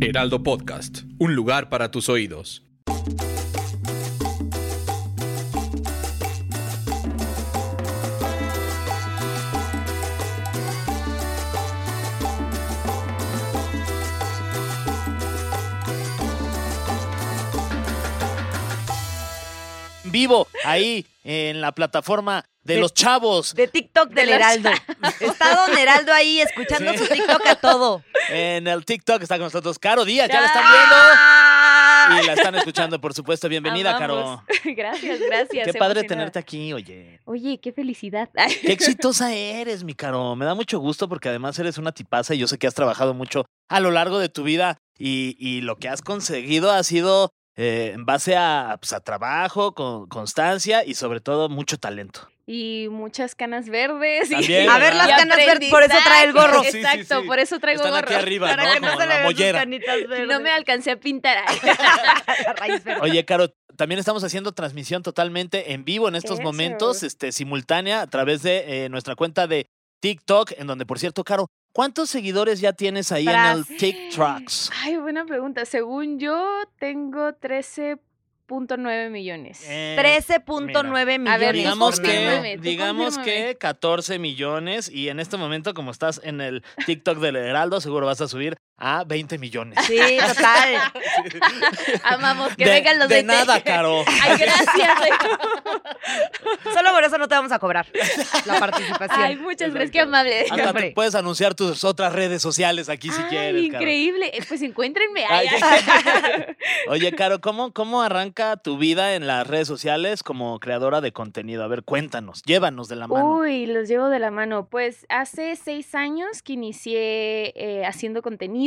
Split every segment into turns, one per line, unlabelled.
Heraldo Podcast, un lugar para tus oídos.
vivo ahí en la plataforma de,
De-
los chavos.
De TikTok del
De la
Heraldo. Está Don Heraldo ahí escuchando
Sí.
su TikTok a todo.
En el TikTok está con nosotros Caro Díaz, ya la están viendo.
¡Ah!
Y la están escuchando, por supuesto. Bienvenida, Caro.
Amamos. gracias, gracias.
Qué padre
emocionada.
tenerte aquí, oye.
Oye, qué felicidad.
Qué exitosa eres, mi Caro. Me da mucho gusto porque además eres una tipaza y yo sé que has trabajado mucho a lo largo de tu vida y, y lo que has conseguido ha sido eh, en base a, pues, a trabajo, con, constancia y sobre todo mucho talento.
Y muchas canas verdes. y-
También,
A ver
¿verdad?
las canas verdes, por eso trae el gorro.
Sí, sí,
Exacto,
sí.
por eso traigo
Están
gorro.
aquí arriba,
Para
¿no?
que no
Como
se
la
le-
mollera.
No me alcancé a pintar.
Raíz verde.
Oye, Caro, también estamos haciendo transmisión totalmente en vivo en estos
Eso.
momentos, este, simultánea, a través de eh, nuestra cuenta de TikTok, en donde, por cierto, Caro, ¿cuántos seguidores ya tienes ahí en el
Tras.
TikTok?
Ay, buena pregunta. Según yo, tengo 13.9 millones.
Eh,
13.9
A
millones.
ver,
digamos
tú
por mes.
que,
confírmame, tú
digamos que
confírmame.
14 millones y en este momento, como estás en el TikTok del Heraldo, seguro vas a subir a 20 millones.
Sí, total.
Amamos que
de,
vengan los
de
20.
nada, Caro.
Ay, gracias.
Solo por eso no te vamos a cobrar la participación.
Ay, muchas gracias, qué
Exacto.
amable.
Hasta te
Hombre.
puedes anunciar tus otras redes sociales aquí si
Ay,
quieres, Caro.
increíble. Eh, Pues encuéntrenme.
Ay,
Ay, ay.
Oye, Caro, ¿cómo, ¿cómo arranca tu vida en las redes sociales como creadora de contenido? A ver, cuéntanos, llévanos de la mano.
Uy, los llevo de la mano. Pues hace seis años que inicié eh, haciendo contenido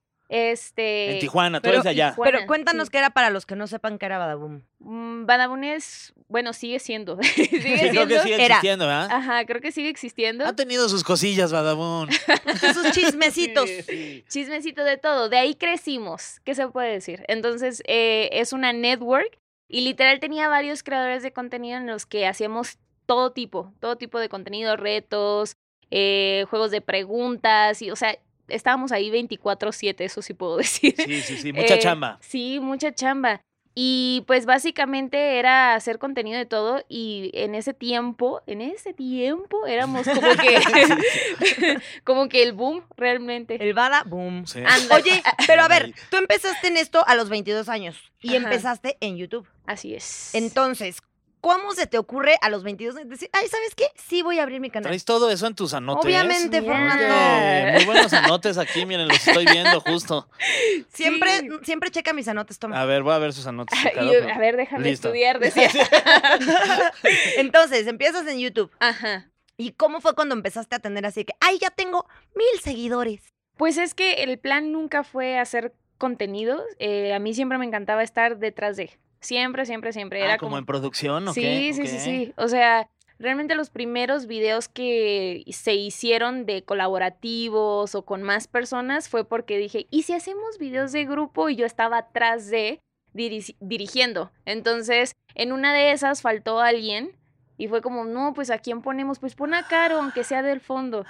Este,
en Tijuana, tú
pero
eres de allá.
Tijuana,
Pero cuéntanos
sí.
qué era para los que no sepan qué era Badaboom.
Mm, Badaboom es, bueno, sigue siendo. sigue
Sí, creo que
siendo.
sigue
Era.
existiendo, ¿verdad?
Ajá, creo que sigue existiendo.
Ha tenido sus cosillas, Badabun.
Esos chismecitos.
chismecito de todo. De ahí crecimos. ¿Qué se puede decir? Entonces, eh, es una network y literal tenía varios creadores de contenido en los que hacíamos todo tipo, todo tipo de contenido, retos, eh, juegos de preguntas y, o sea, estábamos ahí 24/7, eso sí puedo decir.
Sí, sí, sí, mucha
Eh,
chamba.
Sí, mucha chamba. Y pues básicamente era hacer contenido de todo y en ese tiempo, en ese tiempo éramos como que como que el boom realmente.
El Badaboom.
Sí.
Anda.
Oye, pero a ver,
Ahí.
tú empezaste en esto a los 22 años y
Ajá.
empezaste en YouTube.
Así es.
Entonces, ¿cómo se te ocurre a los 22 años decir, ay, ¿sabes qué? Sí voy a abrir mi canal.
¿Traes todo eso en tus anotes?
Obviamente,
Mira.
Fernando.
Oye, Muy buenos anotes aquí, miren, los estoy viendo justo.
Siempre,
Sí.
siempre checa mis anotes, toma.
A ver, voy a ver sus anotes.
Y
sí, Caro,
yo,
pero-
a ver, déjame
Listo.
estudiar, decía.
Ah.
Entonces, empiezas en YouTube.
Ajá.
¿Y cómo fue cuando empezaste a tener así que, ay, ya tengo mil seguidores?
Pues es que el plan nunca fue hacer contenido. eh, a mí siempre me encantaba estar detrás de. Siempre, siempre, siempre. Era
Ah, como en producción, ¿o
sí,
qué?
sí, sí,
Ok.
sí. O sea, realmente los primeros videos que se hicieron de colaborativos o con más personas fue porque dije, ¿y si hacemos videos de grupo? Y yo estaba atrás de diri- dirigiendo. Entonces, en una de esas faltó alguien y fue como, no, pues a quién ponemos, pues pon a Caro, aunque sea del fondo.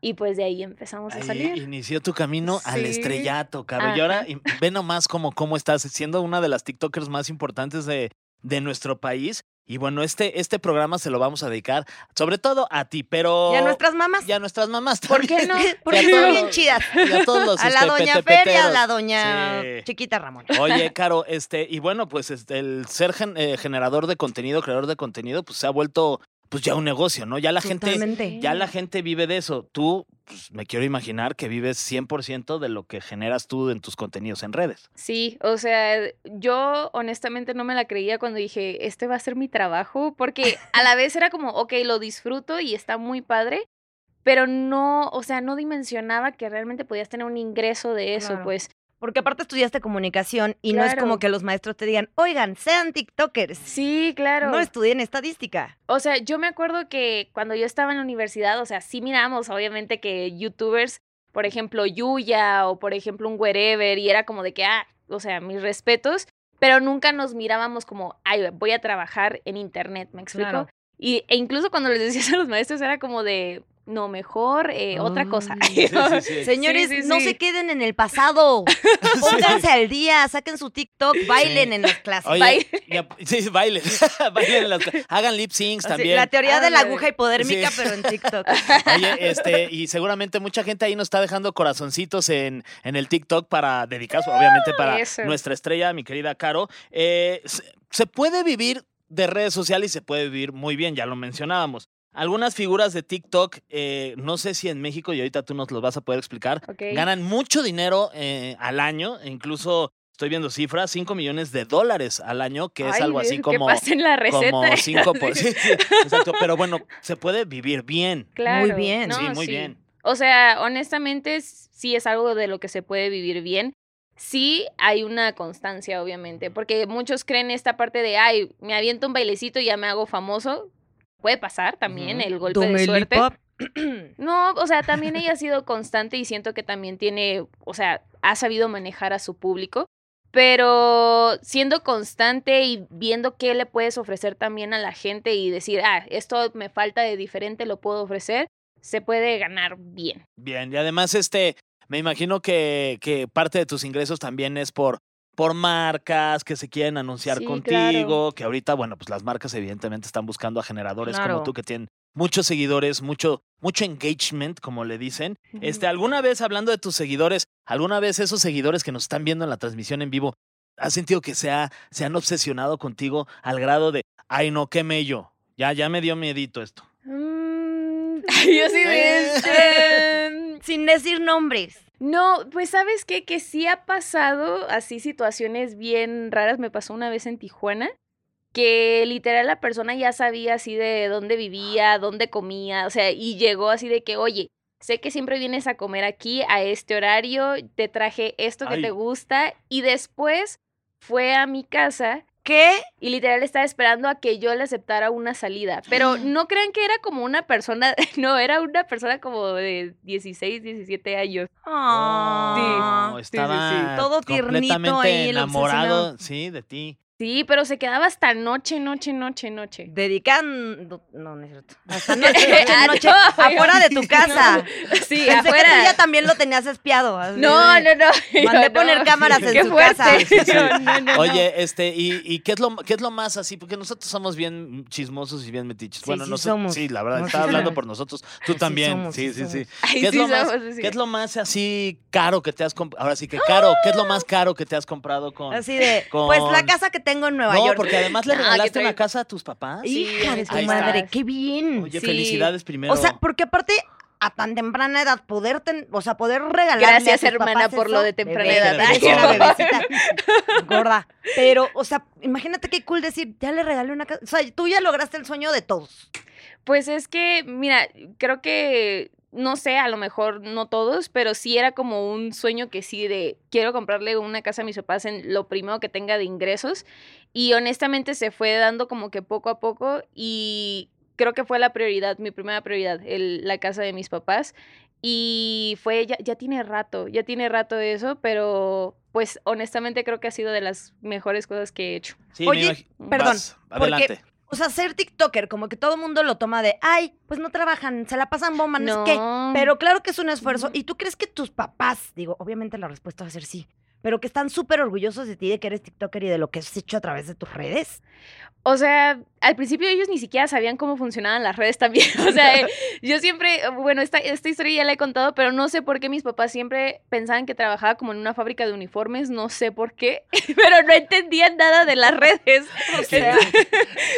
Y pues de ahí empezamos a
Ahí
salir.
inició tu camino al
Sí.
estrellato, Caro. Y ahora
Ajá.
im- ve nomás cómo, cómo estás siendo una de las TikTokers más importantes de, de nuestro país. Y bueno, este, este programa se lo vamos a dedicar sobre todo a ti, pero...
¿Y a nuestras mamás?
y a nuestras mamás
¿Por qué
también.
no?
Oh,
Porque
Ya
son
todo.
bien chidas.
Y a todos los
A la
este,
doña
petepeteros.
Fer y a la doña
Sí.
Chiquita Ramón.
Oye, Caro, este, y bueno, pues este, el ser gen- eh, generador de contenido, creador de contenido, pues se ha vuelto pues ya un negocio, ¿no? Ya la gente
Totalmente.
ya
Mm.
la gente vive de eso. Tú pues, me quiero imaginar que vives 100% de lo que generas tú en tus contenidos en redes.
Sí, o sea, eh, yo honestamente no me la creía cuando dije, este va a ser mi trabajo, porque a la vez era como, ok, lo disfruto y está muy padre, pero no, o sea, no dimensionaba que realmente podías tener un ingreso de eso,
Claro.
pues.
Porque aparte estudiaste comunicación y no es como
Claro.
que los maestros te digan, oigan, sean TikTokers.
Sí, claro.
No estudien estadística.
O sea, yo me acuerdo que cuando yo estaba en la universidad, o sea, sí miramos, obviamente, que youtubers, por ejemplo, Yuya o por ejemplo un wherever, y era como de que, ah, o sea, mis respetos, pero nunca nos mirábamos como, ay, voy a trabajar en internet, ¿me explico?
Claro.
Y, e incluso cuando les decías a los maestros era como de, no, mejor eh, otra cosa.
Mm,
Señores,
sí,
no
sí.
se queden en el pasado. Pónganse al día, saquen su TikTok, bailen en las clases.
Oye, Baile.
y ap- sí, bailen. Bailen en las- hagan lip syncs
Así,
también.
la teoría de la
pues, Ándale.
aguja hipodérmica,
Sí.
pero en TikTok.
Oye, este, y seguramente mucha gente ahí nos está dejando corazoncitos en, en el TikTok para dedicarse, obviamente, para
Ah, Eso.
nuestra estrella, mi querida Caro. Eh, se, se puede vivir de redes sociales y se puede vivir muy bien, ya lo mencionábamos. Algunas figuras de TikTok, eh, no sé si en México, y ahorita tú nos los vas a poder explicar,
Ok.
ganan mucho dinero eh, al año, e incluso estoy viendo cifras, 5 millones de dólares al año, que es
Ay,
algo así
que
como...
pasen la receta.
Como 5 por...
Así.
sí, sí, exacto. Pero bueno, se puede vivir bien.
Claro.
bien.
sí,
no,
muy bien.
O sea, honestamente s- sí es algo de lo que se puede vivir bien. Sí hay una constancia, obviamente, porque muchos creen esta parte de, ay, me aviento un bailecito y ya me hago famoso. Puede pasar también
Ujú.
el golpe de suerte. No, o sea, también ella ha sido constante y siento que también tiene, o sea, ha sabido manejar a su público, pero siendo constante y viendo qué le puedes ofrecer también a la gente y decir, ah, esto me falta de diferente, lo puedo ofrecer, se puede ganar bien.
Bien, y además, este, me imagino que, que parte de tus ingresos también es por, por marcas que se quieren anunciar
Sí,
contigo,
claro.
que ahorita, bueno, pues las marcas evidentemente están buscando a generadores
Claro.
como tú que tienen muchos seguidores, mucho, mucho engagement, como le dicen. Este,
Ujú.
alguna vez, hablando de tus seguidores, alguna vez esos seguidores que nos están viendo en la transmisión en vivo, ¿has sentido que se, ha- se han obsesionado contigo al grado de, ay no, qué mello? Ya, ya me dio miedito esto.
Mm, yo sí de este,
Sin decir nombres.
No, pues sabes qué, que sí ha pasado así situaciones bien raras. Me pasó una vez en Tijuana, que literal la persona ya sabía así de dónde vivía, dónde comía, o sea, y llegó así de que, oye, sé que siempre vienes a comer aquí a este horario, te traje esto que
Ay.
te gusta, y después fue a mi casa
¿Qué?
y literal estaba esperando a que yo le aceptara una salida. Pero no crean que era como una persona, no, era una persona como de 16, 17 años.
Ah.
No, estaba
Todo tiernito
completamente
ahí, el
enamorado, sí, de ti.
Sí, pero se quedaba hasta noche, noche, noche, noche.
Dedicando. No, no es cierto. Hasta noche,
Ah,
noche, noche,
no.
afuera de tu casa.
Sí,
Pensé que tú
afuera.
ya también lo tenías espiado. así
No,
de-
no, no.
Mandé
no.
poner cámaras en
Qué
su
fuerte.
casa.
Sí, sí.
No, no, no, no.
Oye, este, ¿y, y qué, es lo, qué es lo más así? Porque nosotros somos bien chismosos y bien metiches.
Sí,
bueno,
sí
no sé-
somos.
Sí, la verdad,
No, sí
estaba hablando
somos.
por nosotros. Tú
sí
también.
somos,
sí, sí,
sí
sí.
Ay,
¿Qué, es
sí
lo más,
somos así.
¿Qué es lo más así caro que te has comprado? Ahora sí que caro. ¿Qué es lo más caro que te has comprado con...?
¡Ah! Así de,
Con-
pues la casa que tengo en Nueva
no,
York. Ah,
porque además le
No, que
regalaste una
trae-
casa a tus papás.
Sí,
Hija de tu
ahí está.
madre, qué bien.
Oye,
sí.
felicidades primero.
o sea, porque aparte a tan temprana edad poder ten- o sea, poder regalar
Gracias, hermana, por lo de temprana
edad. Ay,
Es una
no.
bebecita gorda. Pero, o sea, imagínate qué cool decir, ya le regalé una casa. O sea, tú ya lograste el sueño de todos.
Pues es que, mira, creo que, no sé, a lo mejor no todos, pero sí era como un sueño que sí de quiero comprarle una casa a mis papás en lo primero que tenga de ingresos. Y honestamente se fue dando como que poco a poco y creo que fue la prioridad, mi primera prioridad, el- la casa de mis papás. Y fue, ya, ya tiene rato, ya tiene rato eso, pero pues honestamente creo que ha sido de las mejores cosas que he hecho.
Sí, me
Oye,
imagi-
perdón,
vas, adelante.
O sea, ser TikToker, como que todo el mundo lo toma de, ay, pues no trabajan, se la pasan bomba, no es que.
No.
Pero claro que es un esfuerzo. ¿Y tú crees que tus papás, digo, obviamente la respuesta va a ser sí, pero que están súper orgullosos de ti, de que eres TikToker y de lo que has hecho a través de tus redes.
O sea, al principio ellos ni siquiera sabían cómo funcionaban las redes también. O sea, eh, yo siempre, bueno, esta, esta historia ya la he contado, pero no sé por qué mis papás siempre pensaban que trabajaba como en una fábrica de uniformes, no sé por qué, pero no entendían nada de las redes.
O sea,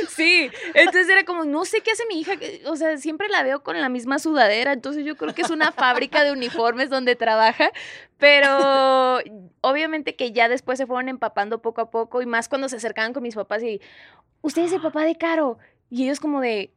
Sí, entonces era como, no sé qué hace mi hija, que- o sea, siempre la veo con la misma sudadera, entonces yo creo que es una fábrica de uniformes donde trabaja, pero obviamente que ya después se fueron empapando poco a poco y más cuando se acercaban con mis papás y, usted es el papá de Caro, y ellos como de...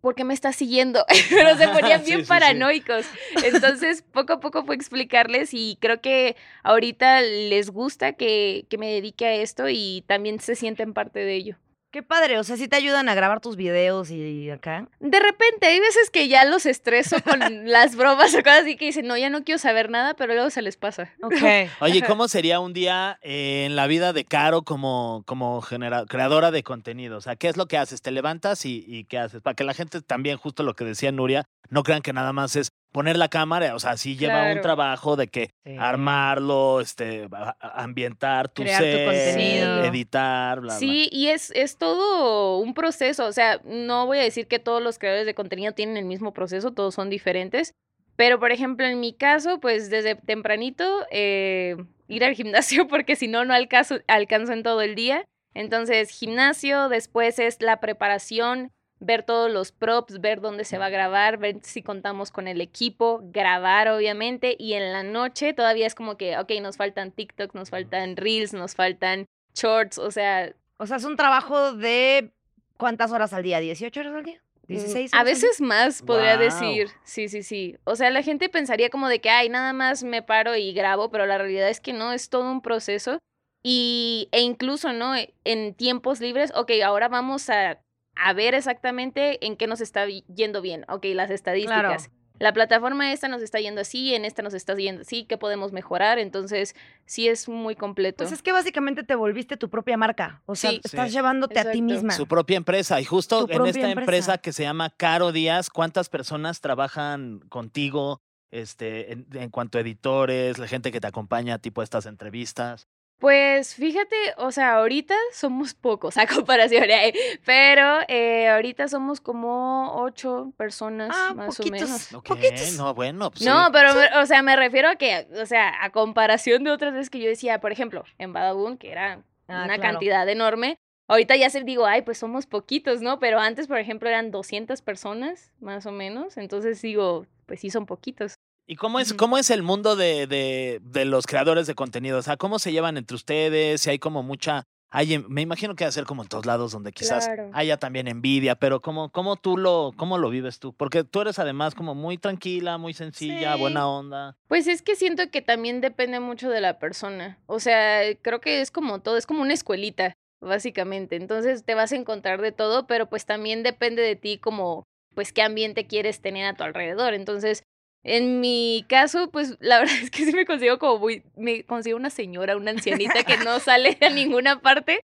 ¿Por qué me estás siguiendo? Pero se ponían
Sí,
bien
sí, sí.
paranoicos. Entonces, poco a poco fue explicarles y creo que ahorita les gusta que, que me dedique a esto y también se sienten parte de ello.
qué padre, o sea, sí te ayudan a grabar tus videos y acá.
De repente, hay veces que ya los estreso con las bromas o cosas así que dicen, no, ya no quiero saber nada, pero luego se les pasa.
Ok.
Oye, ¿cómo sería un día eh, en la vida de Caro como, como genera- creadora de contenido? O sea, ¿qué es lo que haces? ¿Te levantas y, y qué haces? Para que la gente también, justo lo que decía Nuria, no crean que nada más es poner la cámara. O sea, sí lleva un
Claro.
trabajo de que
Sí.
armarlo, este, a- a- ambientar tu
Crear tu
set,
contenido.
editar, bla, bla.
Sí, y es, es todo un proceso. O sea, no voy a decir que todos los creadores de contenido tienen el mismo proceso, todos son diferentes. Pero, por ejemplo, en mi caso, pues desde tempranito eh, ir al gimnasio porque si no, no alcanzo, alcanzo en todo el día. Entonces, gimnasio, después es la preparación, ver todos los props, ver dónde se va a grabar, ver si contamos con el equipo, grabar obviamente. Y en la noche todavía es como que, ok, nos faltan TikTok, nos faltan Reels, nos faltan shorts, o sea,
O sea, es un trabajo de cuántas horas al día, 18 horas al día, 16.
Mm, A
horas al día?
veces más, podría
Guau.
decir. Sí, sí, sí. O sea, la gente pensaría como de que, ay, nada más me paro y grabo, pero la realidad es que no, es todo un proceso. Y, e incluso, ¿no? E- En tiempos libres, ok, ahora vamos a, a ver exactamente en qué nos está vi- yendo bien. Ok, las estadísticas.
Claro.
La plataforma esta nos está yendo así, en esta nos está yendo así, ¿qué podemos mejorar? Entonces, sí es muy completo.
Pues es que básicamente te volviste tu propia marca. O sea,
Sí.
estás
Sí.
llevándote a ti
Exacto.
misma.
Su propia empresa. Y justo
Tu
en
propia
esta empresa.
empresa.
que se llama Caro Díaz, ¿cuántas personas trabajan contigo? Este, en, en cuanto a editores, la gente que te acompaña, tipo estas entrevistas.
Pues fíjate, o sea, ahorita somos pocos a comparación, eh, pero eh, ahorita somos como ocho personas
Ah,
más o
poquitos.
menos.
Ok,
Poquitos.
No, bueno, pues sí.
No, pero, me- o sea, me refiero a que, o sea, a comparación de otras veces que yo decía, por ejemplo, en Badaboom, que era
Ah,
una
claro.
cantidad enorme, ahorita ya se digo, ay, pues somos poquitos, ¿no? Pero antes, por ejemplo, eran 200 personas, más o menos, entonces digo, pues sí son poquitos.
¿Y cómo es,
Ujú.
cómo es el mundo de, de- de los creadores de contenido? O sea, ¿cómo se llevan entre ustedes? Si hay como mucha... Hay, en- me imagino que va a ser como en todos lados donde quizás
Claro.
haya también envidia, pero ¿cómo, cómo, tú lo, ¿cómo lo vives tú? Porque tú eres además como muy tranquila, muy sencilla,
Sí.
buena onda.
Pues es que siento que también depende mucho de la persona. O sea, eh, creo que es como todo, es como una escuelita, básicamente. Entonces te vas a encontrar de todo, pero pues también depende de ti como, pues qué ambiente quieres tener a tu alrededor. Entonces, en mi caso, pues la verdad es que sí me consigo como muy, me consigo una señora, una ancianita que no sale a ninguna parte.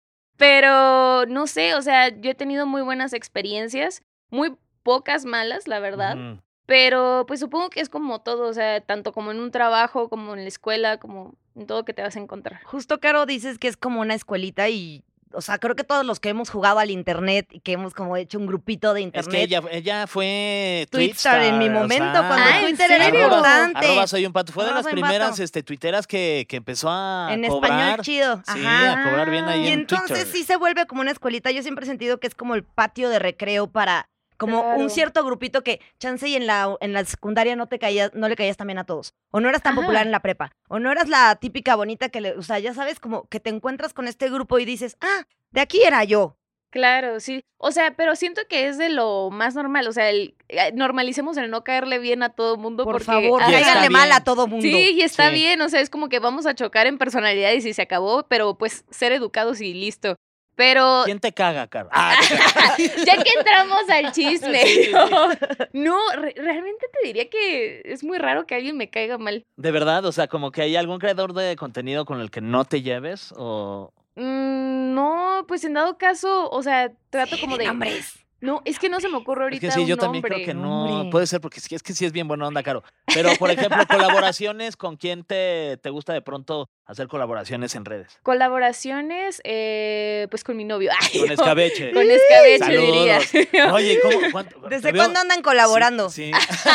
Pero no sé, o sea, yo he tenido muy buenas experiencias, muy pocas malas, la verdad.
Ujú.
Pero pues supongo que es como todo, o sea, tanto como en un trabajo, como en la escuela, como en todo que te vas a encontrar.
Justo, Caro, dices que es como una escuelita y, o sea, creo que todos los que hemos jugado al internet y que hemos como hecho un grupito de
Es
internet.
que ella, ella fue
Twitstar en
Twitstar,
mi
o
momento,
sea,
cuando
Ah, ¿en
Twitter era
serio?
importante.
Arroba soy un pato. Fue de
Arroba
las
soy un
primeras
pato.
este, tuiteras que, que empezó a
en
cobrar.
español chido.
sí,
Ajá.
a cobrar bien ahí
Y
en
entonces
Twitter.
sí se vuelve como una escuelita. Yo siempre he sentido que es como el patio de recreo para como
Claro.
un cierto grupito que chance y en la en la secundaria no te caías, no le caías también a todos. O no eras tan
Ajá.
popular en la prepa, o no eras la típica bonita que le, o sea, ya sabes como que te encuentras con este grupo y dices, "Ah, de aquí era yo."
Claro, sí. O sea, pero siento que es de lo más normal, o sea, el, eh, normalicemos el no caerle bien a todo mundo
Por
porque
favor,
ajá,
Y está
cáiganle mal
bien.
a todo mundo.
Sí, y está
Sí.
bien, o sea, es como que vamos a chocar en personalidades y se acabó, pero pues ser educados y listo. Pero
¿Quién te caga, Carlos? Ah,
ya que entramos al chisme,
Sí, sí, sí.
no, no, re- realmente te diría que es muy raro que alguien me caiga mal.
de verdad, o sea, como que hay algún creador de contenido con el que no te lleves o...
Mm, No, pues en dado caso, o sea, trato como de...
Nombres.
No, es que no se me ocurre
Es
ahorita
que sí,
un
yo también
nombre.
creo que no.
Nombre.
Puede ser porque es que, es que sí es bien buena onda, Caro. Pero, por ejemplo, colaboraciones, ¿con quién te, te gusta de pronto hacer colaboraciones en redes?
Colaboraciones, eh, pues con mi novio. Ay,
Con
no,
escabeche.
Con escabeche,
Saludos.
diría.
Oye, ¿cómo? cuánto- te
¿Desde
veo-
cuándo andan colaborando?
Sí, sí.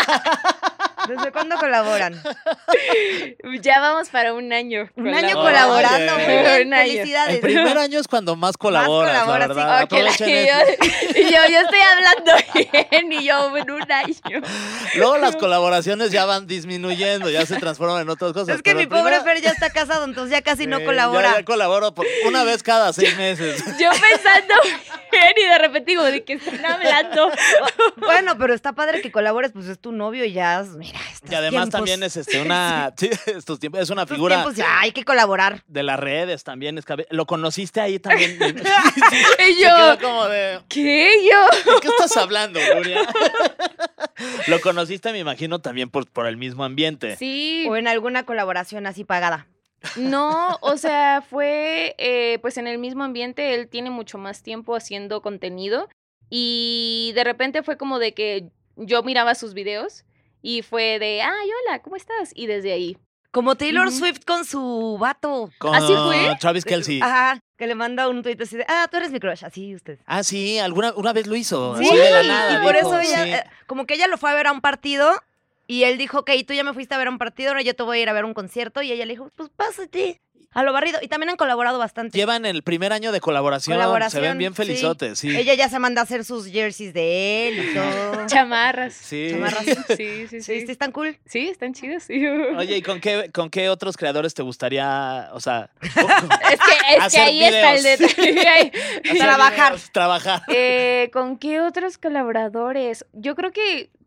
¿Desde cuándo colaboran?
Ya vamos para un año.
Un año
Colabora.
colaborando, muy bien.
Un año.
El
Felicidades.
primer año es cuando más colaboras,
colaboras,
la
sí.
verdad.
Ok, la-
Aprovechen
y
eso.
yo, y yo, yo estoy hablando bien y yo en un año.
Luego las colaboraciones ya van disminuyendo, ya se transforman en otras cosas.
Es que
pero
mi
el primer-
pobre Fer ya está casado, entonces ya casi
Sí,
no
ya-
colabora.
Ya, colaboro por una vez cada seis meses.
Yo pensando bien y de repente digo, ¿de qué están hablando?
Bueno, pero está padre que colabores, pues es tu novio y ya, mira, estos
Y además
tiempos-
también es este una sí, estos tiempos es una
estos
figura
tiempos ya hay que colaborar.
de las redes también, escabe- lo conociste ahí también. Sí,
Y
se quedó
yo,
como de
¿qué? Yo.
¿De qué estás hablando, Nuria? Lo conociste, me imagino, también por, por el mismo ambiente.
Sí,
O en alguna colaboración así pagada.
No, o sea, fue eh, pues en el mismo ambiente, él tiene mucho más tiempo haciendo contenido y de repente fue como de que yo miraba sus videos y fue de, ay, hola, ¿cómo estás? Y desde ahí.
Como Taylor
Ujú.
Swift con su vato.
Con
¿Así fue?
Travis Kelsey.
Ajá, que le manda un tuit así de, ah, tú eres mi crush, así usted.
Ah, sí, alguna una vez lo hizo.
Sí,
así de la nada,
y por
dijo,
eso ella,
sí.
eh, como que ella lo fue a ver a un partido y él dijo, ok, tú ya me fuiste a ver a un partido, ahora yo te voy a ir a ver a un concierto y ella le dijo, pues pásate a lo barrido. Y también han colaborado bastante.
Llevan el primer año de colaboración,
Colaboración,
se ven bien
sí.
felizotes, sí.
Ella ya se manda a hacer sus jerseys de él y todo.
Chamarras.
Sí. Ah.
chamarras.
Sí, sí,
Sí, sí,
sí.
están cool.
Sí, están chidas. Sí.
Oye, ¿y con qué, con qué otros creadores te gustaría, o sea,
Es que, es que
Hacer
ahí está el
videos.
detalle.
Trabajar.
trabajar?
Eh, ¿Con qué otros colaboradores? Yo creo que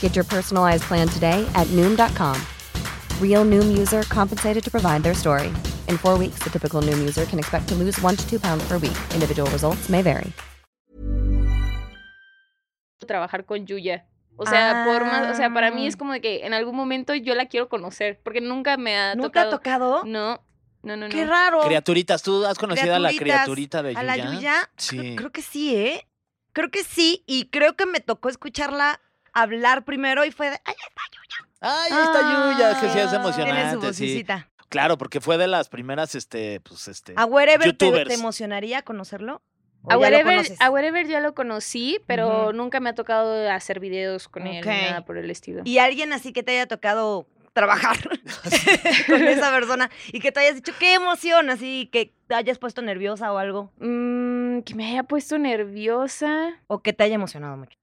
Get your personalized plan today at Noom.com. Real Noom user compensated to provide their story. In four weeks, the typical Noom user can expect to lose one to two pounds per week. Individual results may vary.
trabajar con Yuya. O sea, por más, o sea, para mí es
Ah.
como de que en algún momento yo la quiero conocer, porque nunca me ha
¿Nunca ha
tocado.
tocado?
No, no, no, no.
Qué raro.
Criaturitas, ¿tú has conocido a la criaturita
Criaturitas,
de Yuya?
A la Yuya.
Sí.
Creo que sí, ¿eh? Creo que sí. Y creo que me tocó escucharla hablar primero y fue de, ay,
Ay, ahí está Yuya, es que sí es
tiene
Ah.
su
emocionante, sí.
vocecita. Ah,
Claro, porque fue de las primeras, este, pues, este,
¿A Wherever te- te,
Youtubers.
emocionaría conocerlo? ¿O ya
A
lo
Wherever,
conoces?
a Wherever ya lo conocí, pero
Ujú.
nunca me ha tocado hacer videos con él, ni
Ok.
nada por el estilo.
Y alguien así que te haya tocado trabajar con esa persona y que te hayas dicho, qué emoción, así que te hayas puesto nerviosa o algo,
Mm, que me haya puesto nerviosa.
o que te haya emocionado mucho.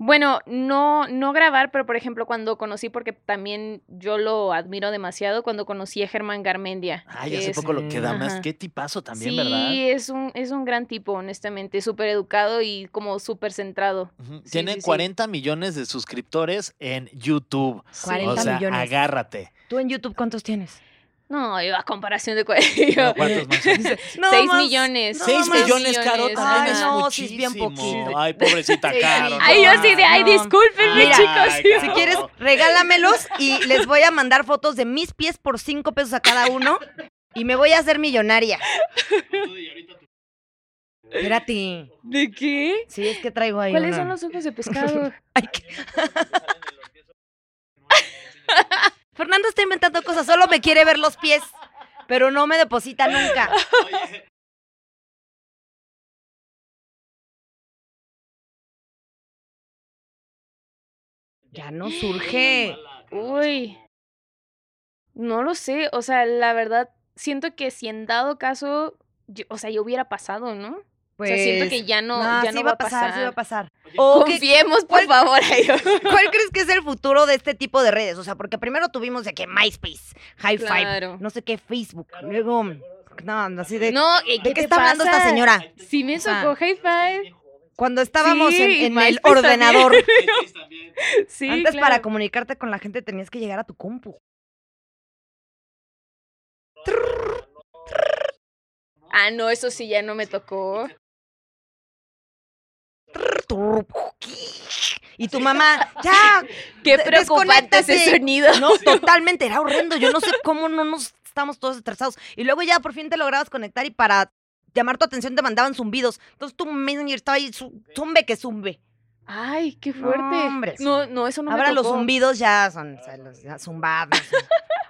Bueno, no, no grabar, pero por ejemplo, cuando conocí, porque también yo lo admiro demasiado, cuando conocí a Germán Garmendia.
Ay,
que
hace
es- mm,
poco lo queda más.
ajá.
Qué tipazo también,
sí,
¿verdad?
es un, es un gran tipo, honestamente, súper educado y como súper centrado.
Ujú.
sí,
Tiene
sí, sí.
40 millones de suscriptores en YouTube.
Sí.
40
O sea,
millones.
agárrate.
¿Tú en YouTube cuántos tienes?
No, yo a comparación de cuello.
No, ¿Cuántos más?
No
Seis
más.
millones.
No
Seis
más.
millones, Caro,
millones.
también
Ay,
es
no, sí es bien
muchísimo.
poquito.
Ay, pobrecita,
Sí,
Caro.
sí.
Ay,
no
yo sí de, ay,
No.
discúlpenme,
Mira,
chicos.
ay,
Si
Caro.
quieres, regálamelos y les voy a mandar fotos de mis pies por cinco pesos a cada uno y me voy a hacer millonaria. Espérate.
¿De qué?
Sí, es que traigo ahí
¿Cuáles
una-
son los ojos de pescado?
Ay, qué- Fernando está inventando cosas, solo me quiere ver los pies, pero no me deposita nunca. Ya no surge.
Uy. No lo sé, o sea, la verdad, siento que si en dado caso, yo- o sea, yo hubiera pasado, ¿no? o sea, siento que
Pues,
ya no, ya
sí
no
va
va
a pasar, sí va a pasar.
O
¿qué-
Confiemos, por
cuál-
favor, a ellos.
¿Cuál crees que es el futuro de este tipo de redes? O sea, porque primero tuvimos de que MySpace, High
Claro.
Five, no sé qué, Facebook, luego, no, así de...
No, ¿y
¿De qué
te
está hablando esta
pasa?
señora?
Sí me
O sea,
tocó High Five.
Cuando estábamos
Sí, y
en, en el
MySpace
ordenador.
Sí,
Antes
claro.
para comunicarte con la gente tenías que llegar a tu compu.
Ah, no, eso sí ya no me tocó.
Y tu mamá, ya,
Qué
de-
preocupante ese
desconéctate.
sonido.
No, totalmente, era horrendo. Yo no sé cómo no nos estamos todos estresados. Y luego ya por fin te lograbas conectar y para llamar tu atención te mandaban zumbidos. Entonces tu Messenger estaba ahí, zu- zumbe que zumbe.
Ay, qué
No,
fuerte.
hombre.
No, no, eso no
Ahora
me
los
tocó.
zumbidos ya son o sea, los ya zumbados.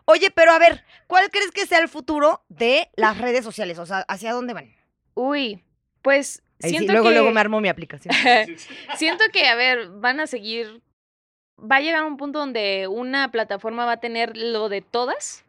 Oye, pero a ver, ¿cuál crees que sea el futuro de las redes sociales? O sea, ¿hacia dónde van?
Uy, pues
Ahí sí,
siento
luego,
que...
luego me armo mi aplicación.
siento que, a ver, van a seguir... Va a llegar un punto donde una plataforma va a tener lo de todas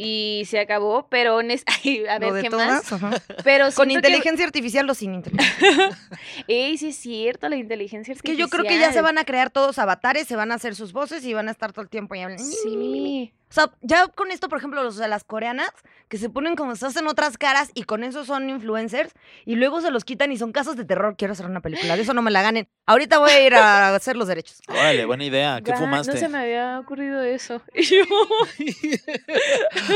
y se acabó, pero... en es- Ay, a ver,
Lo de
¿qué
todas, ajá.
más? Pero
Con
siento que-
inteligencia artificial o sin inteligencia.
Ey, sí es cierto, la inteligencia
Que
artificial.
yo creo que ya se van a crear todos avatares, se van a hacer sus voces y van a estar todo el tiempo ahí hablando.
Sí.
O sea, ya con esto, por ejemplo, los de las coreanas, que se ponen como se hacen otras caras y con eso son influencers y luego se los quitan y son casos de terror. Quiero hacer una película, de eso no me la ganen. Ahorita voy a ir a hacer los derechos.
Órale, buena idea. ¿Qué
Ga-
fumaste?
No se me había ocurrido eso. Y yo-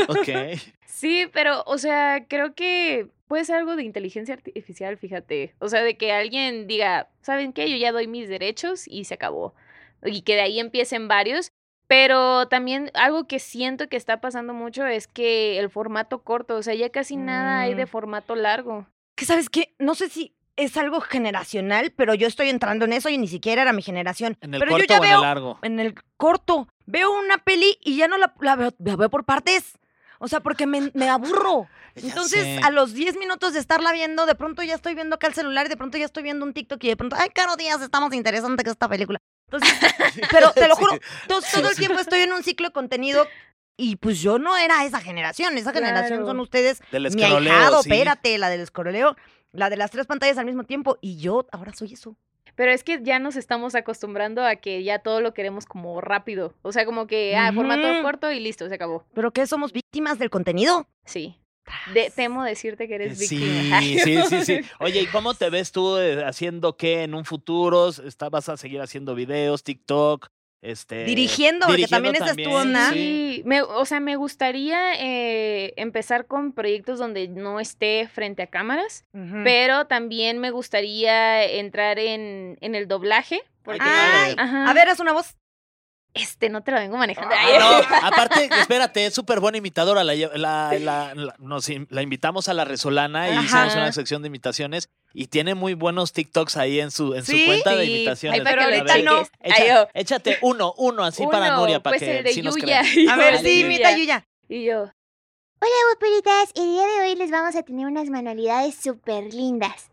ok.
Sí, pero, o sea, creo que puede ser algo de inteligencia artificial, fíjate. O sea, de que alguien diga, ¿saben qué? Yo ya doy mis derechos y se acabó. Y que de ahí empiecen varios. Pero también algo que siento que está pasando mucho es que el formato corto, o sea, ya casi nada hay de
Mm.
formato largo.
Que sabes qué, no sé si es algo generacional, pero yo estoy entrando en eso y ni siquiera era mi generación.
¿En el
pero yo
corto
ya
o en
veo
el largo?
en el corto. Veo una peli y ya no la, la veo, la veo por partes. O sea, porque me, me aburro.
Ya
Entonces,
sé.
a los 10 minutos de estarla viendo, de pronto ya estoy viendo acá el celular y de pronto ya estoy viendo un TikTok y de pronto, ay, Caro Díaz, está más interesante que esta película. Entonces, pero te lo juro,
Sí.
to- todo el tiempo estoy en un ciclo de contenido y pues yo no era esa generación. Esa generación son
Claro.
ustedes
Del
mi
escroleo,
ahijado,
sí.
espérate, la del escoroleo, la de las tres pantallas al mismo tiempo y yo ahora soy eso.
Pero es que ya nos estamos acostumbrando a que ya todo lo queremos como rápido. O sea, como que, ah,
Ujú.
formato corto y listo, se acabó.
¿Pero qué somos víctimas del contenido?
Sí. De- temo decirte que eres víctima.
Ah, Eh, Sí, sí, sí, sí. Oye, ¿y cómo te ves tú eh, haciendo qué en un futuro? Está- ¿Vas a seguir haciendo videos, TikTok? Este,
Dirigiendo, porque también esa es tu onda.
sí.
Sí, me, o sea, me gustaría eh, empezar con proyectos donde no esté frente a cámaras,
Mm.
pero también me gustaría entrar en, en el doblaje. Porque,
Ah,
Ay,
Ajá.
a ver, haz una voz.
este no te lo vengo manejando.
Ah,
Ay,
no, aparte, espérate, es súper buena imitadora. La, lle- la- la- la- nos in- la invitamos a la Resolana y hicimos
Ajá.
una sección de imitaciones y tiene muy buenos TikToks ahí en su, en su
Sí,
cuenta de
sí. Ay,
imitaciones.
pero
A
ahorita
ver,
no.
echa- echa-
Ay, oh.
échate uno, uno así para
Uno,
Nuria, para
pues
que
el de
sí nos
Yuya.
creas.
Y
A
yo,
ver,
el de
sí, imita
Yuya.
Yuya.
Y yo,
Hola guapuritas, el día de hoy les vamos a tener unas manualidades súper lindas.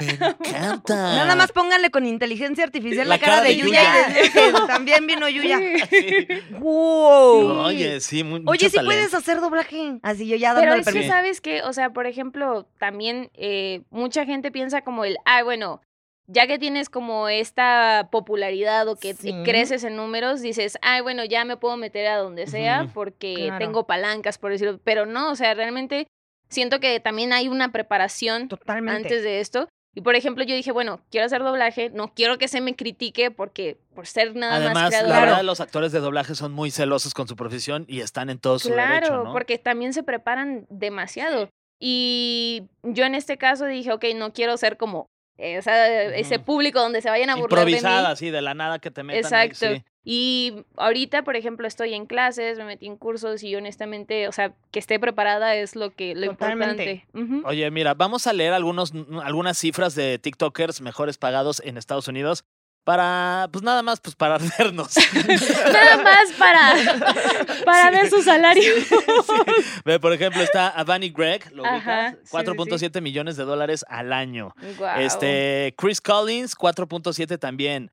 Me encanta.
Nada más pónganle con inteligencia artificial la, cara, de, Yuya. y
Yuya.
decirle que también vino Yuya.
Sí.
¡Wow!
Oye, sí, muy,
Oye,
mucho
sí puedes
talento.
hacer doblaje. Así yo ya
Pero
dándole
es que
permiso.
sabes que, o sea, por ejemplo, también eh, mucha gente piensa como el, ah, bueno, ya que tienes como esta popularidad o que te
Sí.
creces en números, dices, ay, bueno, ya me puedo meter a donde sea
Ujú.
porque
Claro.
tengo palancas, por decirlo. Pero no, o sea, realmente siento que también hay una preparación
Totalmente.
antes de esto. Y por ejemplo, yo dije, bueno, quiero hacer doblaje, no quiero que se me critique porque por ser nada más
Además, la
creadora.
verdad, los actores de doblaje son muy celosos con su profesión y están en todo su
Claro,
derecho, ¿no?
porque también se preparan demasiado. Y yo en este caso dije, ok, no quiero ser como esa- ese
Ujú.
público donde se vayan a burlar de mí.
Improvisada, sí, de la nada que te metan. ahí,
Exacto.
sí.
Y ahorita, por ejemplo, estoy en clases, me metí en cursos y honestamente, o sea, que esté preparada es lo que lo
Totalmente.
importante. Ujú.
Oye, mira, vamos a leer algunos, algunas cifras de TikTokers mejores pagados en Estados Unidos para, pues nada más, pues para vernos.
Nada más para, para
Sí.
ver su salario.
Ve, Por ejemplo, está Avani Gregg, lo ubicas,
Ajá, sí, sí, sí.
4.7 millones de dólares al año.
Guau.
Este, Chris Collins, 4.7 también.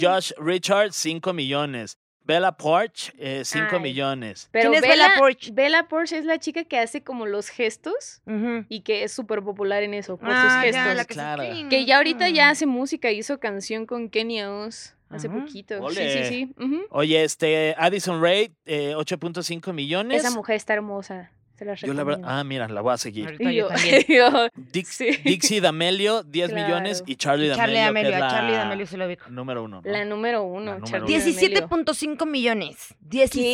Josh Richards, 5 millones. Bella Porch, 5
Ay.
millones.
Pero
¿Quién es Bella
Bella,
Poarch?
Bella Poarch es la chica que hace como los gestos
Ujú.
y que es súper popular en eso, por sus
Ah,
gestos.
ya, la
que...
que,
Claro.
se-
ya ahorita ya hace música, hizo canción con Kenny Oz hace
Ajá.
poquito. Sí,
Ole.
sí, sí. ujú.
Oye, este, Addison Rae, eh, 8.5 millones.
Esa mujer está hermosa. Se la
Yo la
recomiendo.
verdad, ah, mira, la voy a seguir.
Ahorita
Y
yo
yo-
también.
yo-
Dix-
Sí.
Dixie D'Amelio, 10 millones.
Claro.
Y Charlie D'Amelio,
Charlie D'Amelio,
que es
a
la
Charlie D'Amelio se lo ubico.
número uno. ¿no?
la número uno.
número
Charli
uno.
D'Amelio.
17.5 millones.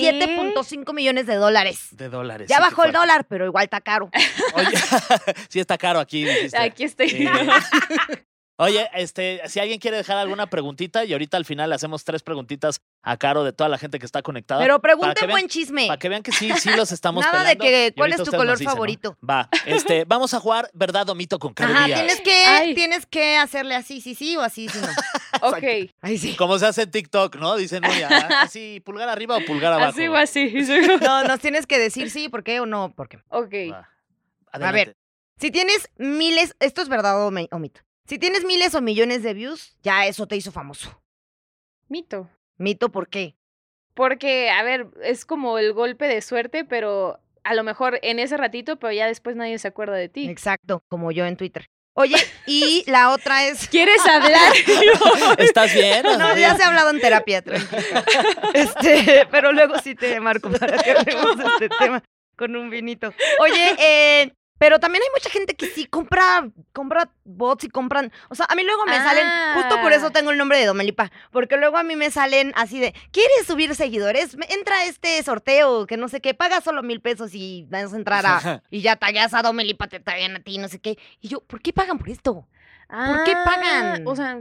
17.5 millones de dólares.
De dólares.
Ya
sí, qué
bajó el
fuerte.
dólar, pero igual está caro.
Oye, sí está caro aquí. dijiste.
Aquí estoy.
Eh, Oye, este, si alguien quiere dejar alguna preguntita, y ahorita al final le hacemos tres preguntitas a Caro de toda la gente que está conectada.
Pero
para que
pregunten
vean-
buen chisme.
Para que vean que sí, sí los estamos
Nada de
pelando,
que,
y
¿cuál
ahorita
es tu
ustedes
color
nos dicen, ¿no?
favorito?
Va, este, vamos a jugar verdad o mito con Caro
Ajá,
Díaz.
tienes que,
Ay.
tienes que hacerle así, sí, sí, o así, sí, no.
ok.
Ay, sí.
Como se hace en TikTok, ¿no? Dicen, oye, así, pulgar arriba o pulgar abajo.
Así o así.
No, nos tienes que decir sí, por qué o no, por qué.
ok.
Va. Adelante.
ver. Si tienes miles, esto es verdad o, me- o mito. Si tienes miles o millones de views, ya eso te hizo famoso.
Mito.
Mito, ¿por qué?
Porque, a ver, es como el golpe de suerte, pero a lo mejor en ese ratito, pero ya después nadie se acuerda de ti.
Exacto, como yo en Twitter. Oye, y la otra es.
¿Quieres hablar?
¿Estás bien?
No, ya se ha hablado en terapia, tranquilo. Este, pero luego sí te marco para que hablemos de este tema con un vinito. Oye, eh, pero también hay mucha gente que sí compra, compra bots y compran. O sea, a mí luego me salen, justo por eso
Ah.
tengo el nombre de Domelipa, porque luego a mí me salen así de, ¿quieres subir seguidores? Me- Entra a este sorteo, que no sé qué, paga solo mil pesos y vas a entrar a, y ya tallas a Domelipa, te tallan a ti, no sé qué. Y yo, ¿por qué pagan por esto? ¿Por qué pagan?
Ah, O sea,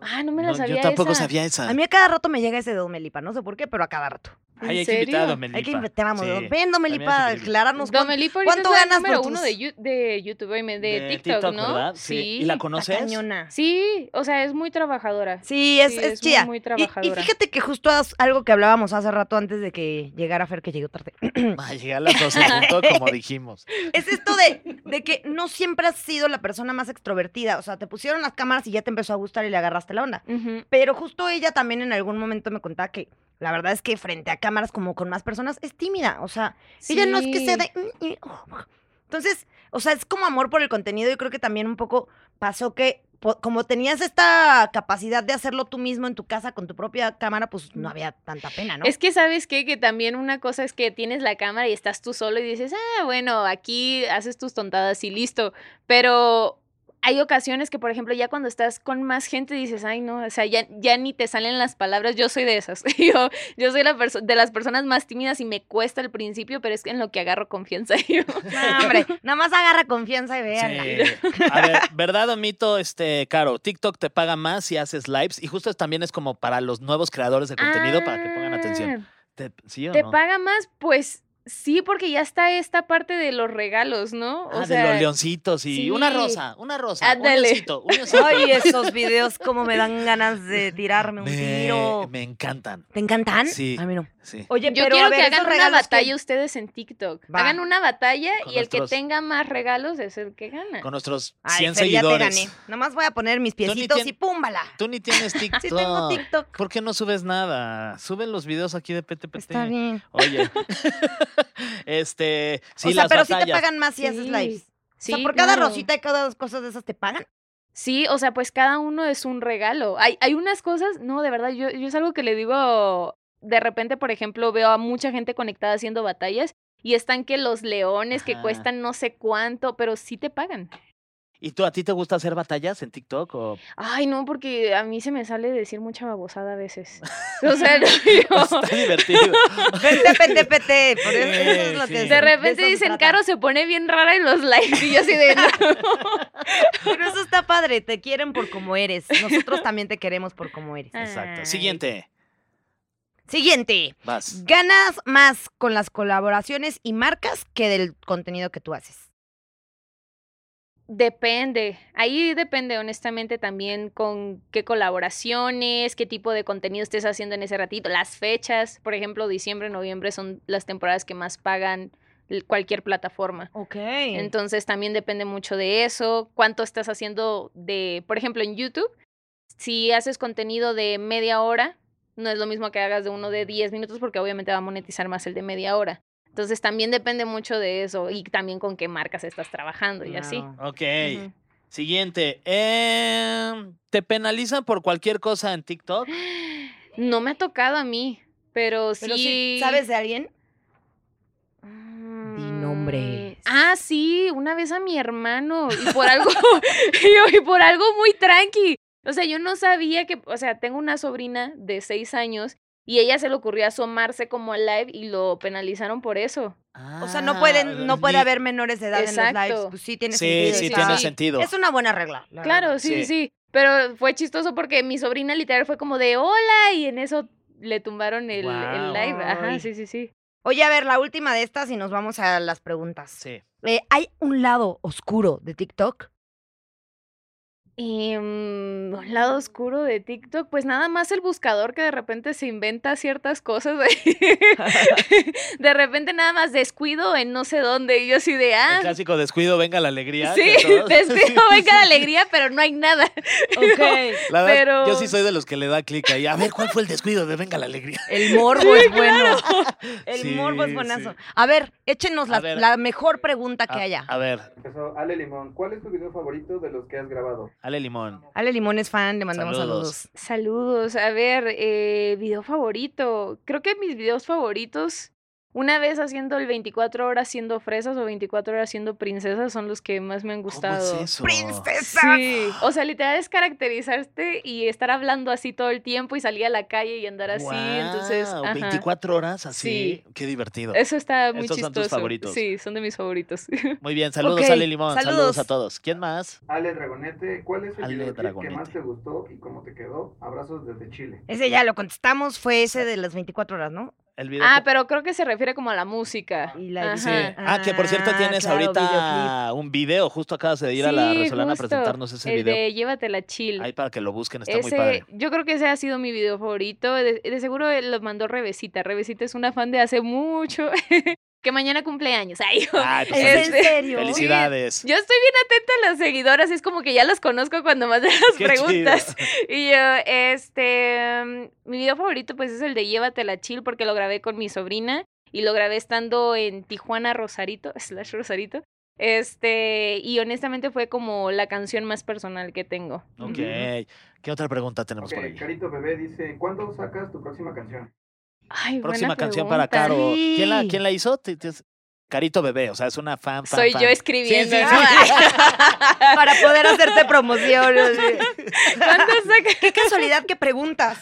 ah, no me la
No,
sabía
yo tampoco
esa.
sabía esa.
A mí a cada rato me llega ese de Domelipa, no sé por qué, pero a cada rato.
¿En
Ay, hay que
serio?
invitar a Domelipa.
Hay que invitar a Domelipa.
Sí.
Ven,
También
Domelipa,
hay que invitar.
aclararnos cuánto-
Domelipa ahorita
¿cuánto
es la
ganas por
número
tus-
uno de, Yu- de YouTube, ay, me- de, TikTok, ¿no?
¿verdad? Sí. ¿Y la
está
conoces?
cañona.
Sí, o sea, es muy trabajadora.
Sí, es,
Sí,
es,
es muy,
chida.
muy
Y- Y,
trabajadora.
fíjate que justo as- algo que hablábamos hace rato antes de que llegara Fer, que llegó tarde,
Va a llegar a las 12 en punto, como dijimos.
es esto de, de que no siempre has sido la persona más extrovertida. O sea, te pusieron las cámaras y ya te empezó a gustar y le agarraste la onda.
Ujú.
Pero justo ella también en algún momento me contaba que la verdad es que frente a cámaras, como con más personas, es tímida. O sea, Ella no es que sea
Sí.
de... "Mm, mm, oh". Entonces, o sea, es como amor por el contenido y creo que también un poco pasó que po- como tenías esta capacidad de hacerlo tú mismo en tu casa con tu propia cámara, pues no había tanta pena, ¿no?
Es que sabes qué? que también una cosa es que tienes la cámara y estás tú solo y dices, ah, bueno, aquí haces tus tontadas y listo. Pero hay ocasiones que, por ejemplo, ya cuando estás con más gente dices, ay, no, o sea, ya, ya ni te salen las palabras. Yo soy de esas. yo, yo soy la perso- de las personas más tímidas y me cuesta al principio, pero es en lo que agarro confianza. yo.
No, hombre, nada más agarra confianza y véanla.
Sí. Eh, A ver, ¿verdad o mito, este, Caro? TikTok te paga más si haces lives. Y justo también es como para los nuevos creadores de contenido, para que pongan atención.
Ah,
¿Te- ¿Sí o
¿Te
no?
paga más? Pues sí, porque ya está esta parte de los regalos, ¿no?
Ah, de los leoncitos y una
sí.
rosa, una rosa,
Ándale.
un leoncito, un leoncito.
Ay, esos videos como me dan ganas de tirarme un
me,
tiro.
me encantan,
¿Te encantan?
Sí.
A mí no.
sí.
Oye,
Yo
pero
quiero
a ver,
que
esos
hagan una
regalos que-
batalla ustedes en TikTok.
Va.
Hagan una batalla
Con
y el que
nuestros-
tenga más regalos es el que gana.
Con nuestros 100
Ay, Fer, ya te
seguidores.
gané. Nada más voy a poner mis
ni
piecitos
tien-
y púmbala.
Tú ni tienes TikTok.
Sí tengo TikTok.
¿Por qué no subes nada? Suben los videos aquí de PTPT.
Está bien.
Oye. este, sí,
o sea,
las
pero sí te
batallas.
pagan más si haces
Sí.
lives.
Sí,
o sea, por cada
claro.
rosita y cada dos cosas de esas te pagan.
Sí, o sea, pues cada uno es un regalo. Hay, hay unas cosas, no, de verdad, yo, yo es algo que le digo, de repente, por ejemplo, veo a mucha gente conectada haciendo batallas y están que los leones que
Ajá.
cuestan no sé cuánto, pero sí te pagan.
¿Y tú a ti te gusta hacer batallas en TikTok o
Ay, no, porque a mí se me sale decir mucha babosada a veces. O sea, yo-
está divertido?
Vente, vente, vete. Por eso,
Sí,
eso es lo
sí.
que
de repente
eso se
dicen,
trata.
Caro se pone bien rara en los likes y yo así de... "No".
Pero eso está padre. Te quieren por como eres. Nosotros también te queremos por como eres.
Exacto.
Ay.
Siguiente.
Siguiente.
Vas.
Ganas más con las colaboraciones y marcas que del contenido que tú haces.
Depende, ahí depende honestamente también con qué colaboraciones, qué tipo de contenido estés haciendo en ese ratito, las fechas, por ejemplo, diciembre, noviembre son las temporadas que más pagan l- cualquier plataforma.
Ok.
Entonces también depende mucho de eso, cuánto estás haciendo de, por ejemplo, en YouTube, si haces contenido de media hora, No es lo mismo que hagas de uno de 10 minutos porque obviamente va a monetizar más el de media hora. Entonces también depende mucho de eso y también con qué marcas estás trabajando y así.
Claro.
Ok.
Ujú.
Siguiente. Em, ¿Te penalizan por cualquier cosa en TikTok?
No me ha tocado a mí, pero sí.
Pero sí, ¿sabes de alguien?
Mm.
Di nombres.
Ah, sí, una vez a mi hermano y por algo y- y por algo muy tranqui. O sea, yo no sabía que, o sea, tengo una sobrina de seis años y ella se le ocurrió asomarse como al live y lo penalizaron por eso.
O sea, no
Ah,
pueden, no puede
Ni-
haber menores de edad en los
Exacto.
lives. Pues sí, tiene
Sí,
sentido.
sí,
sí,
tiene
sí.
sentido.
Es una buena regla. la
Claro,
verdad.
sí,
Sí.
sí, sí. Pero fue chistoso porque mi sobrina literal fue como de hola y en eso le tumbaron el, el live.
Guau.
Ajá, sí, sí, sí.
Oye, a ver, la última de estas y nos vamos a las preguntas.
Sí.
Eh, ¿Hay un lado oscuro de TikTok?
Y, mm, un lado oscuro de TikTok, pues nada más el buscador que de repente se inventa ciertas cosas. de repente nada más descuido en no sé dónde. Y yo así de,
El
ah,
clásico descuido, venga la alegría.
sí,
que todos-
descuido, venga la alegría, pero no hay nada.
La verdad,
pero-
yo sí soy de los que le da clic ahí. A ver, ¿cuál fue el descuido de venga la alegría?
El morbo es bueno. El
Sí,
morbo es
sí.
buenazo. A ver, échenos
A
la,
ver. Ah,
la mejor pregunta que haya.
A, a ver,
Empezó Ale Limón, ¿cuál es tu video favorito de los que has grabado?
Ale Limón.
Ale Limón es fan, le mandamos
Saludos.
saludos.
Saludos. A ver, eh, video favorito. Creo que mis videos favoritos, una vez haciendo el 24 horas siendo fresas o 24 horas siendo princesas, son los que más me han
¿Cómo
gustado.
es eso?
¡Princesa!
Sí, o sea, literal es caracterizarte y estar hablando así todo el tiempo y salir a la calle y andar así, entonces,
Guau,
ajá.
24 horas así. Qué divertido.
Eso está muy
Esos son
chistoso.
tus favoritos.
Sí, son de mis favoritos.
Muy bien, saludos
Ok,
Ale Limón, saludos.
saludos.
a todos. ¿Quién más?
Ale Dragonete, ¿cuál es el
Ale
videoclip
Dragonete.
que más te gustó y cómo te quedó? Abrazos desde Chile.
Ese ya lo contestamos, fue ese de las 24 horas, ¿no?
El video
ah,
que-
pero creo que se refiere como a la música.
Y la
Sí.
Ajá.
Ah, que por cierto
Ah,
tienes
claro,
ahorita un video, justo acabas de ir a la
Sí,
Resolana
justo,
a presentarnos ese
el
video.
de Llévatela chill.
Ahí para que lo busquen, está muy
Ese-
padre.
yo creo que ese ha sido mi video favorito. De, de seguro lo mandó Revesita. Revesita es una fan de hace mucho. que mañana cumpleaños. Ay, yo-
Ay, pues,
¿Es en
Este-
serio?
Felicidades.
Yo estoy bien atenta a las seguidoras, es como que ya las conozco cuando mandan las
Qué
preguntas. Y yo, este, mm, mi video favorito pues es el de Llévatela Chill porque lo grabé con mi sobrina y lo grabé estando en Tijuana Rosarito, slash Rosarito. Este, y honestamente fue como la canción más personal que tengo.
Ok.
Ujú.
¿Qué otra pregunta tenemos por ahí?
Carito Bebé dice, ¿cuándo sacas tu próxima canción?
Ay, buena
Próxima canción para
pregunta.
Caro. ¿Quién la,
Sí.
quién la hizo? Te- te- Carito Bebé, o sea, es una fan, fan,
Soy
fan.
yo escribiendo.
sí,
¿no? Ah.
sí.
Para poder hacerte promoción.
¿Cuándo saca-
Qué casualidad que preguntas.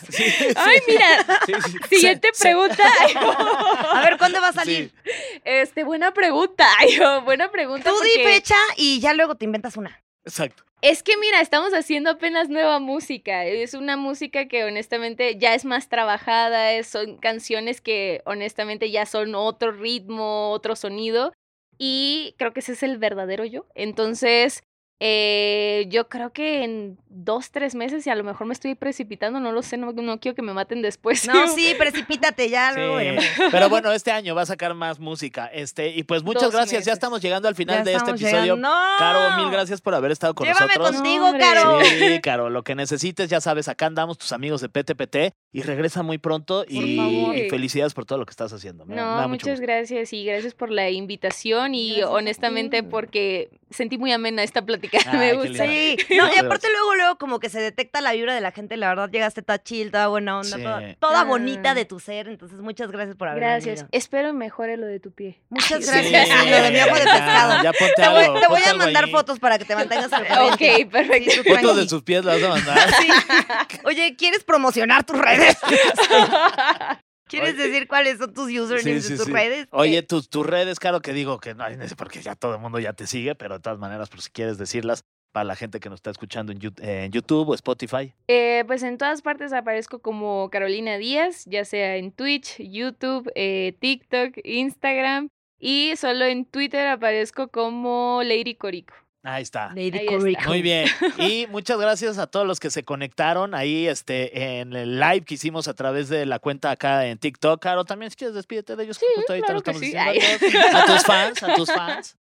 Ay, mira.
Sí, sí, sí.
Siguiente
Se- se-
pregunta. Ay, no.
A ver, ¿cuándo va a salir?
Sí.
Este, buena pregunta. Ay, oh, buena pregunta.
Tú di
porque
fecha y ya luego te inventas una.
Exacto.
Es que mira, estamos haciendo apenas nueva música. Es una música que honestamente ya es más trabajada. es- Son canciones que honestamente ya son otro ritmo, otro sonido. Y creo que ese es el verdadero yo. Entonces, eh, yo creo que en dos, tres meses, y a lo mejor me estoy precipitando, no lo sé, no, no quiero que me maten después.
No, sí, precipítate, ya
Sí.
luego veremos.
Pero bueno, este año va a sacar más música. Este, y pues muchas
Dos
gracias. Ya
meses.
estamos llegando al final
Ya
de este
estamos
episodio.
llegando. ¡No!
Caro, mil gracias por haber estado con
Llévame
nosotros.
contigo,
Hombre.
Caro.
Sí, Caro, lo que necesites, ya sabes, acá andamos tus amigos de PTPT y regresa muy pronto y,
favor.
y felicidades por todo lo que estás haciendo. Me- me
No,
da mucho
muchas
gusto.
gracias y gracias por la invitación y
Gracias a
honestamente
ti.
porque sentí muy amena esta plática.
Ay,
Me
qué
gusta.
linda.
Sí, no, y
Gracias.
aparte luego, luego como que se detecta la vibra de la gente, la verdad llegaste toda chill, toda buena onda,
Sí.
toda, toda
Ah.
bonita de tu ser, entonces muchas gracias por haber
Gracias.
venido.
Espero mejore lo de tu pie.
Muchas
Sí,
gracias, sí, lo de mi ojo de
ya,
pescado.
ya ponte
Te voy,
algo,
te voy
ponte
a
algo
mandar
ahí.
fotos para que te mantengas al corriente.
ok, perfecto.
Sí, tú
Fotos de
tranqui.
sus pies las vas a mandar.
Oye, ¿quieres promocionar tus redes? ¿Quieres decir cuáles son tus usernames
Sí, sí,
de tus
sí.
redes?
Oye, tus, tus redes, claro que digo que no hay nece- porque ya todo el mundo ya te sigue, pero de todas maneras, por si quieres decirlas para la gente que nos está escuchando en, Yout- eh, en YouTube o Spotify.
Eh, pues en todas partes aparezco como Carolina Díaz, ya sea en Twitch, YouTube, eh, TikTok, Instagram y solo en Twitter aparezco como Lady Corico.
Ahí está.
Lady
ahí está.
Corico.
Muy bien. Y muchas gracias a todos los que se conectaron ahí este, en el live que hicimos a través de la cuenta acá en TikTok. Caro, también si quieres despídete de ellos. Sí,
claro que sí.
a, todos. a tus fans, a tus fans.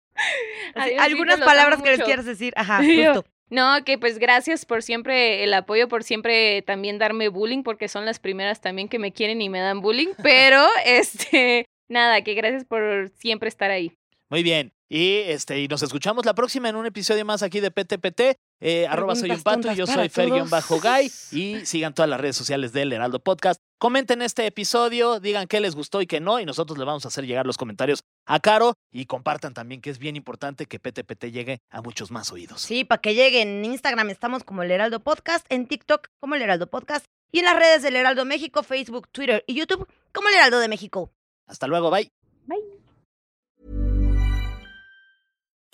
Así,
Adiosito,
Algunas
los amo
palabras que les
mucho.
quieras decir. Ajá,
Yo,
justo.
No, que pues gracias por siempre el apoyo, por siempre también darme bullying, porque son las primeras también que me quieren y me dan bullying, pero este, nada, que gracias por siempre estar ahí.
Muy bien. Y este, y nos escuchamos la próxima en un episodio más aquí de PTPT. Eh, arroba soy un
Preguntas
pato,
tontas
yo
para
soy Fer-Bajo
todos.
Guy. Y sigan todas las redes sociales del Heraldo Podcast. Comenten este episodio, digan qué les gustó y qué no, y nosotros les vamos a hacer llegar los comentarios a Caro. Y compartan también que es bien importante que PTPT llegue a muchos más oídos.
Sí, para que lleguen. En Instagram estamos como el Heraldo Podcast, en TikTok como el Heraldo Podcast y en las redes del Heraldo México, Facebook, Twitter y YouTube como el Heraldo de México.
Hasta luego, bye.